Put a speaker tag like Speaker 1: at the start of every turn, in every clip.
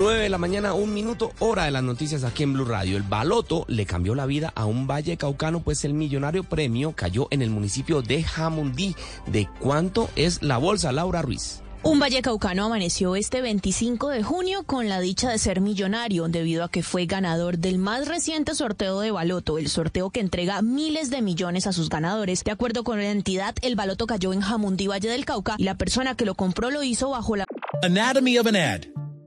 Speaker 1: 9 de la mañana, un minuto, hora de las noticias aquí en Blue Radio. El baloto le cambió la vida a un valle caucano, pues el millonario premio cayó en el municipio de Jamundí. ¿De cuánto es la bolsa, Laura Ruiz?
Speaker 2: Un vallecaucano amaneció este 25 de junio con la dicha de ser millonario debido a que fue ganador del más reciente sorteo de baloto, el sorteo que entrega miles de millones a sus ganadores. De acuerdo con la entidad, el baloto cayó en Jamundí, Valle del Cauca, y la persona que lo compró lo hizo bajo la...
Speaker 3: Anatomy of an ad.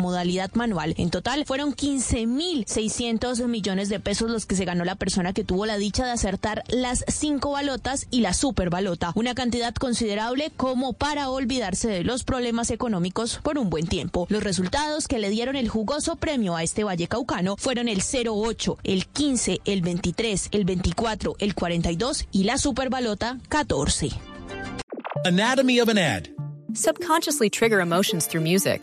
Speaker 2: modalidad manual. En total fueron 15.600 millones de pesos los que se ganó la persona que tuvo la dicha de acertar las cinco balotas y la super balota, una cantidad considerable como para olvidarse de los problemas económicos por un buen tiempo. Los resultados que le dieron el jugoso premio a este Valle Caucano fueron el 08, el 15, el 23, el 24, el 42 y la super balota 14.
Speaker 3: Anatomy of an ad.
Speaker 4: Subconsciously trigger emotions through music.